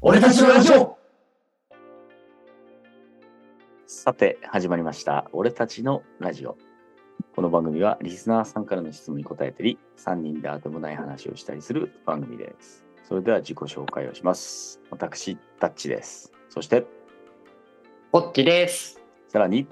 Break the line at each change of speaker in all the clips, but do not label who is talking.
俺たちのラジオ
さて、始まりました。俺たちのラジオ。この番組は、リスナーさんからの質問に答えたり、3人であてもない話をしたりする番組です。それでは自己紹介をします。私、タッチです。そして、
ポッキーです。
さらに、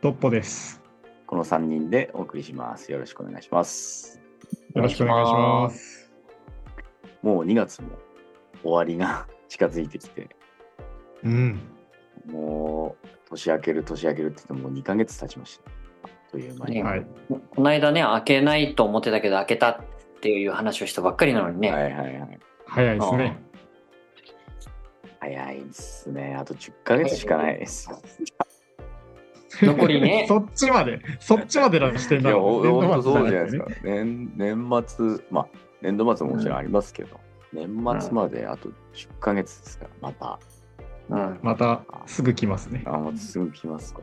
ドッポです。
この3人でお送りします。よろしくお願いします。
よろしくお願いします。
もう2月も終わりが 近づいてきて、
うん。
もう年明ける年明けるって言ってももう2ヶ月経ちました。あっという間に。
ね
はい。
ここの間ね、開けないと思ってたけど、開けたっていう話をしたばっかりなのにね。
はいはいはい。
早いですね。
早いですね。あと10ヶ月しかないです。
残りね
そっちまで、そっちまでらしてん
い
だ
や、
も
ほ
ん
ん
ね
ほんとそうじゃないですか。年年末、まあ、年度末ももちろんありますけど、年末まであと10ヶ月ですから、また、
うん、
またすぐ来ますね。
あ、もうすぐ来ますか。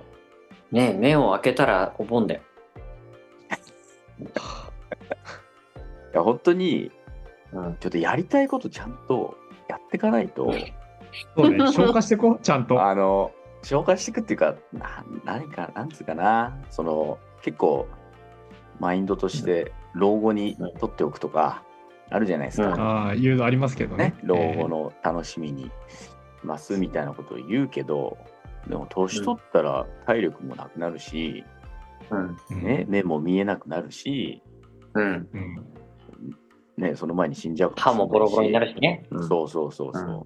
ね目を開けたらお盆だよ。
いや、本当に、
うん、
ちょっとやりたいことちゃんとやっていかないと、
そ うね。消化してこう、ちゃんと。
あの、紹介していくっていうか、な何か、なんつうかな、その、結構、マインドとして、老後に取っておくとか、あるじゃないですか。
うん
ああ、いうのありますけどね
ね。、老後の楽しみにますみたいなことを言うけど、でも年取ったら体力もなくなるし、
うん、
えー。
ね、目も見えなくなるし、
うん。
うん。
ね、その前に死んじゃうか
歯もボロボロにな
し
るしね。
れないし、そうそうそうそ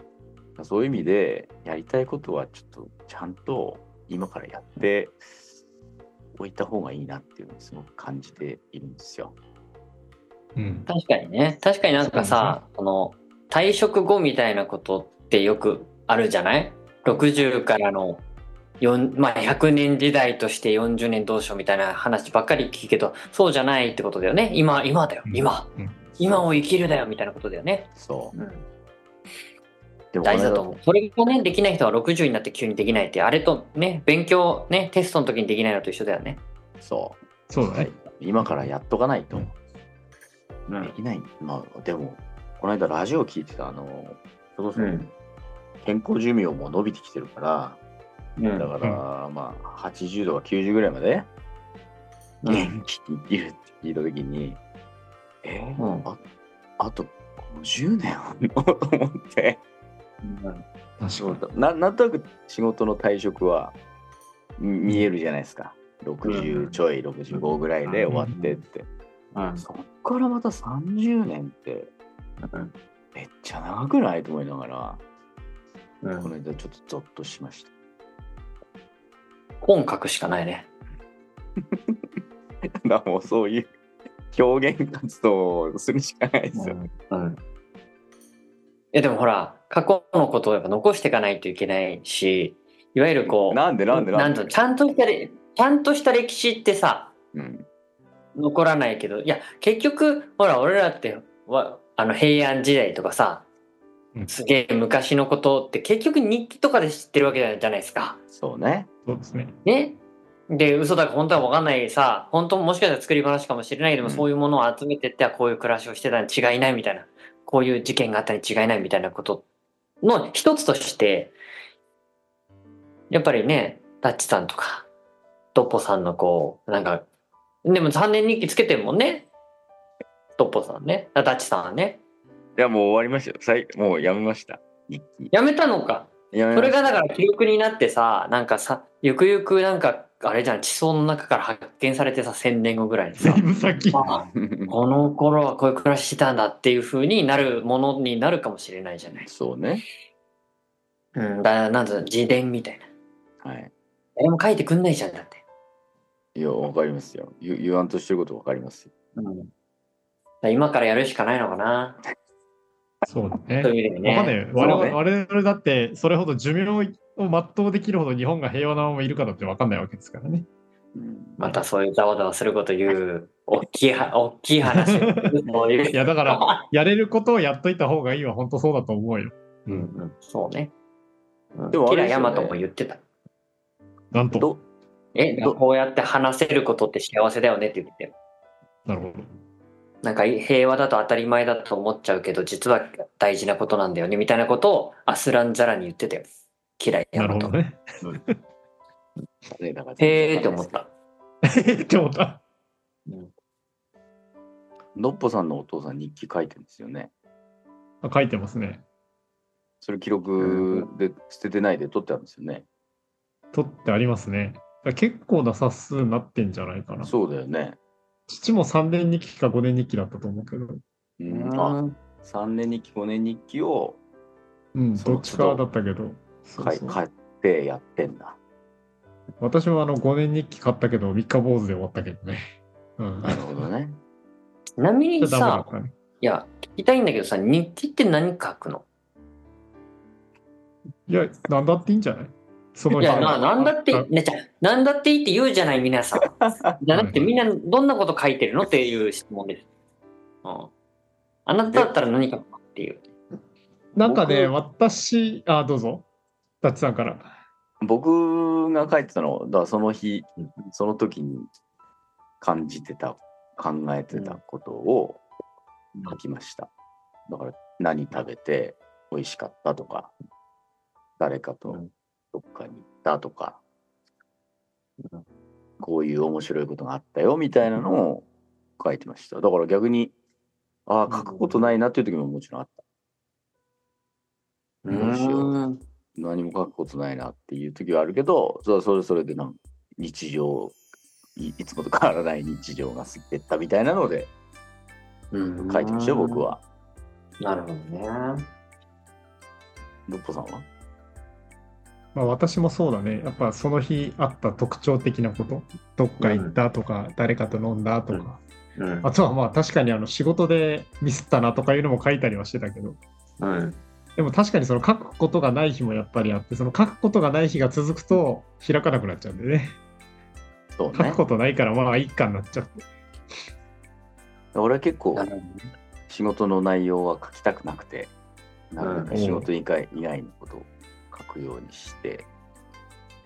う、そういう意味でやりたいことはちょっとちゃんと今からやっておいた方がいいなっていうのをすごく感じているんですよ。
うんうん。
確かにね。確かになんかさ、その、退職後みたいなことってよくあるじゃない ?60 からの、4まあ、100年時代として40年どうしようみたいな話ばっかり聞くけど、そうじゃないってことだよね。今、今だよ。今。
うん
今を生きるだよみたいなことだよね。
そう
うん
でも
大事だと思う。それがね、できない人は60になって急にできないって、あれとね、勉強ね、テストの時にできないのと一緒だよね。
そ
そう
う、
だね。
今からやっとかないと。
うん
う
で。きない、まあでもこの間ラジオ聞いてたあのそれこそ
うん
健康寿命も伸びてきてるから、
う
だから、まあ80とか90ぐらいまで
うん
元気に生きるって聞いた時に、えー
うん
ああと50年あるのと思って
ん。
確か
ななんとなく仕事の退職はみ見えるじゃないですか60ちょい65ぐらいで終わってって、
うん。
そっからまた30年ってめっちゃ長くないと思いながら。
うん
この間ちょっとゾッとしました。
本書くしかないね。
だからもうそういう表現活動をするしかないですよ。
うん。え、でもほら、過去のことをやっぱ残していかないといけないし、いわゆるこう、
なんでなんでなん
と
で
ちゃんとしたれ、ちゃんとした歴史ってさ、
うん
残らないけど、いや、結局、ほら、俺らって、わあの、平安時代とかさ
う、ん
すげえ昔のことって結局日記とかで知ってるわけじゃないですか。
そうね。
そうですね。
ねで、嘘だか本当は分かんないさ、本当もしかしたら作り話かもしれないけども、
うん
そういうものを集めてって、あこういう暮らしをしてたに違いないみたいな、こういう事件があったに違いないみたいなことの一つとして、やっぱりね、タッチさんとか、ドッポさんのこう、なんか、でも3年日記つけてるもんね。ドッポさんね。あタッチさんはね。
いやもう終わりましたよさい。もうやめました。日記。
やめたのか。
やめ
そ
ま
れ
した
がだから記憶になってさ、なんかさ、ゆくゆくなんか、あれじゃん、地層の中から発見されてさ、1000年後ぐらいに
だ
さ
い、ぶ先。
あこの頃はこういう暮らししてたんだっていう風になるものになるかもしれないじゃない。
そうね。
うん、だからなんつうの、自伝みたいな。
はい。
誰も書いてくんないじゃん、だって。
いや、わかりますよ。言言わんとしてることわかりますよ。
うん。だから今からやるしかないのかな。
そう
と
だ
い
ね。
う意味で
わかんない
ね。
よ。我
そうね
々我々だって、それほど寿命を全うできるほど日本が平和なままいるかだってわかんないわけですからね。
うん
またそういうざわざわすること言う、大きいは、大きい話。そういう。
いや、だから、やれることをやっといた方がいいは本当そうだと思うよ。う
うん。うん、そうね。うん
でもあ
キ
れ
ラ
ですよ
ヤ
ね
マトも言ってた。
なんと。
ど
え、
ど
こうやって話せることって幸せだよねって言ってたよ。
なるほど。
なんか平和だと当たり前だと思っちゃうけど、実は大事なことなんだよね、みたいなことをアスランザラに言ってたよ。嫌い
な
な
る
こと
ほど。ね。
誰だか
へえーって思った。
って思った。
のっぽさんのお父さん日記書いてるんですよね。
あ書いてますね。
それ記録で捨ててないで取ってあるんですよね。
取ってありますね。だから結構な冊数になってんじゃないかな。
そうだよね。
父も3年日記か5年日記だったと思うけど、
うん、あ3年日記、5年日記を
うん、
そう
どっちかだったけど。そう
かい
そう
買ってやってんだ。
私もあの5年日記買ったけど、3日坊主で終わったけどね。うん。
なるほどね。
ちなみ
ちょ
に
っとダメだ
さ
っ、たね。
いや、聞きたいんだけどさ、日記って何書くの
いや、なんだっていいんじゃないその
い
日
や、ななんだって
あ、
ねちゃん、なんだっていいって言うじゃない、皆 さん。じゃなくて、みんなどんなこと書いてるのっていう質問です。うん。あなただったら何書くのっていう。
なんかね、
僕
私、あ、どうぞ。ダッチさんから。
僕が書いてたの、だからその日、その時に感じてた、考えてたことを書きました。だから何食べて美味しかったとか、誰かとどっかに行ったとか、こういう面白いことがあったよみたいなのを書いてました。だから逆に、ああ、書くことないなっていう時ももちろんあった。
う
どうしよう
ーん。
何も書くことないなっていう時はあるけど、それはそれそれでなん日常い、いつもと変わらない日常が過ぎてったみたいなので
うん
書いてましたよ、僕。は。
なるほどね。
ルッポさんは
まあ、私もそうだね。やっぱその日あった特徴的なこと。どっか行ったとか、誰かと飲んだとか。
うん
あとはまあ確かにあの仕事でミスったなとかいうのも書いたりはしてたけど。
うん。
でも確かにその書くことがない日もやっぱりあって、その書くことがない日が続くと開かなくなっちゃうんでね。
そう
書
ね
く。ことないからまあ一家になっちゃって。
俺は結構
なるほどね
仕事の内容は書きたくなくて、なるべく仕事以外以外のことを書くようにして、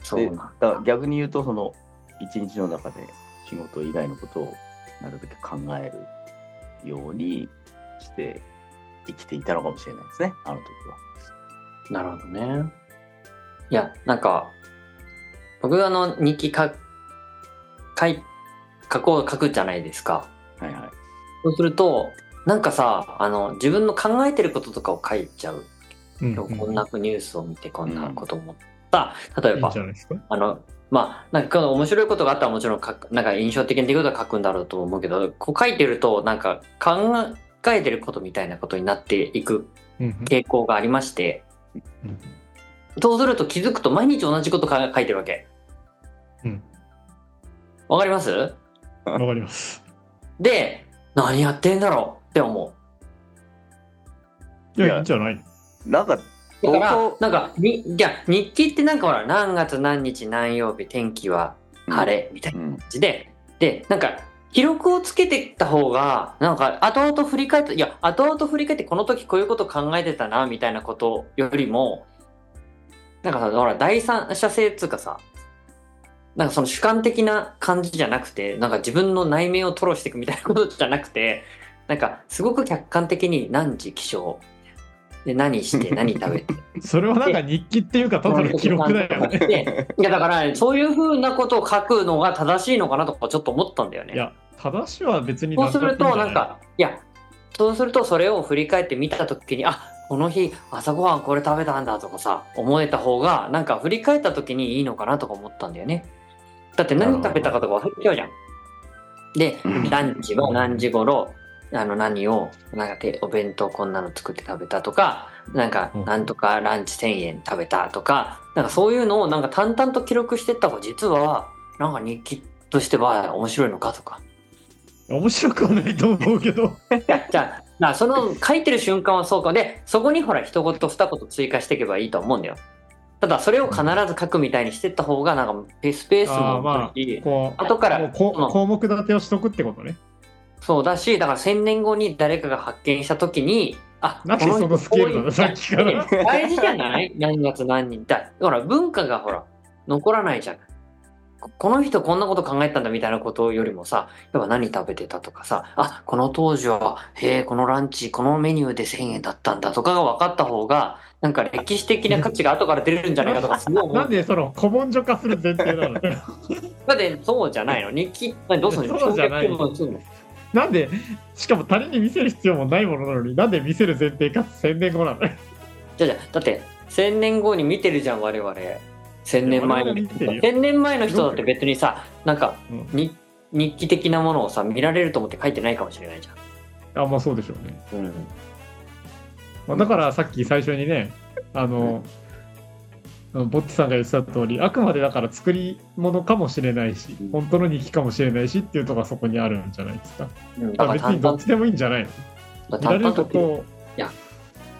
そう
で
なんだ。
だから逆に言うと、その一日の中で仕事以外のことをなるべく考えるようにして生きていたのかもしれないですね、あの時は。
なるほどね。いや、なんか、僕あの、日記か、書い、書こう、書くじゃないですか。
はいはい。
そうすると、なんかさ、あの、自分の考えてることとかを書いちゃう。
うん
今日こんなニュースを見てこんなこと思った。
う
例え
んいいん
ば
じゃ、ないですか。
あの、まあ、なんかこの面白いことがあったらもちろん書く、なんか印象的な出来事は書くんだろうと思うけど、こう書いてると、なんか考えてることみたいなことになっていく
うんうん
傾向がありまして、
うん
そうすると気づくと毎日同じことか書いてるわけ。
うん
わかります
わかります。
で、何やってんだろうって思
い
い
や
や、いいんじゃない
なんか、
う。だから
相、当
なんか、に、いや、日記ってなんかほら、何月何日何曜日天気は晴れみたいな
うん、
感じで、で、なんか、記録をつけてった方が、なんか、後々振り返って、いや、後々振り返って、この時こういうこと考えてたな、みたいなことよりも、なんかさ、ほら、第三者性っつうかさ、なんかその主観的な感じじゃなくて、なんか自分の内面を吐露していくみたいなことじゃなくて、なんか、すごく客観的に何時起床、で、何して、何食 べて、
それはなんか日記っていうか、ただの記録だよね。
ね。いや、だから、そういうふうなことを書くのが正しいのかなとか、ちょっと思ったんだよね。
いや、正しは別に
そうすると、
だ
な
っていい
ん
じゃい
か、いや、そうすると、それを振り返って見たときに、あこの日、朝ごはんこれ食べたんだとかさ、思えた方が、なんか振り返ったときにいいのかなとか思ったんだよね。だって何食べたかとか忘れちゃうじゃん。で
うん、
ランチは何時頃、あの何を、なんかてお弁当こんなの作って食べたとか、なんか
うん
なんとかランチ1000円食べたとか、なんかそういうのをなんか淡々と記録してった方が、実は、なんか日記としては面白いのかとか。
面白くはないと思うけど。
じゃあ、なその書いてる瞬間はそうか。で、そこにほら、一言二言追加していけばいいと思うんだよ。ただ、それを必ず書くみたいにしてった方が、なんか、スペース
ああー
もあ
ま
るし
あ、こう、
後から
もうこ
その
項目立てをしとくってことね。
そうだし、だから、千年後に誰かが発見した時に、あ、
なんで
こ
その
人
スケールな
こ
の
うい
さ
う
っきから。
ね大事じゃない何月何人だ。ほら、文化がほら、残らないじゃない。ここの人こんなこと考えたんだみたいなことよりもさ、やっぱ何食べてたとかさ、あ、この当時は、へえ、このランチ、このメニューで1000円だったんだとかが分かった方が、なんか歴史的な価値が後から出るんじゃないかとかすごい思う。
なんでその古文書化する前提な の
だってそうじゃないの。日記、何どうするの
そうじゃない
小学校の
なんで、しかも他人に見せる必要もないものなのに、なんで見せる前提かつ宣伝後なのよ。
じゃあじゃあだって、1000年後に見てるじゃん、我々。1000年前の
いや我々見
人。
てるよ
1000年前の人だって別にさ、なんか、
うん
に日記的なものをさ、見られると思って書いてないかもしれないじ
あ、まあそうでしょうね。
ゃん。うん。
まあ、だからさっき最初にね、あの、ぼっちさんが言ってた通り、あくまでだから作り物かもしれないし、本当の日記かもしれないしっていうとこがそこにあるんじゃないですか。
うんだ
だ
か
からら別
淡
にどっ
々
ちでもいいんじゃないの
と、
見ら
淡
れる
々
こととを
いや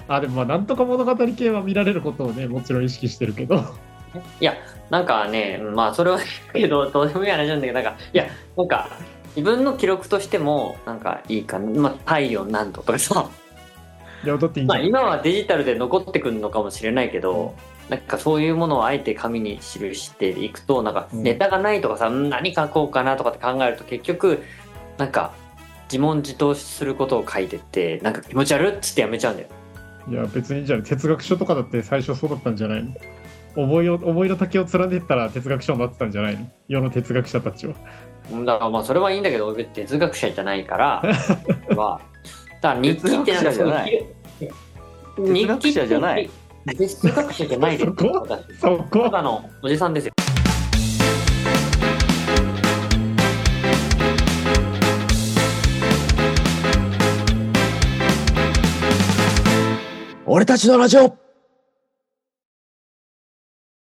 あでもまあなんとか物語系は見られることをねもちろん意識してるけど
いや、なんかね、まあそれはいいけど、 どうでもいい話なんだけど、なんか、いや、なんか、自分の記録としても、なんかいいかな。まあ、体温何度とかさ、
いやだっていいん
ま
じゃ
あ
ん、
今はデジタルで残ってくるのかもしれないけど、なんかそういうものをあえて紙に記していくと、なんか
うん
ネタがないとかさ、うん何書こうかなとかって考えると結局、なんか自問自答することを書いてって、なんか気持ち悪っつってやめちゃうんだよ。
いや別にいいんじゃない哲学書とかだって最初そうだったんじゃないの思いを思いの丈を連ねてったら哲学書になってたんじゃないの世の哲学者たちは
うんだからまあそれはいいんだけど、俺別に哲学者じゃないから、俺は。だから日記ってなんか
哲学者じゃない
そう日記
哲学者じゃない。
哲学者じゃないです。
そこ
私
そ
た
こ
だのおじさんですよ。
俺たちのラジオ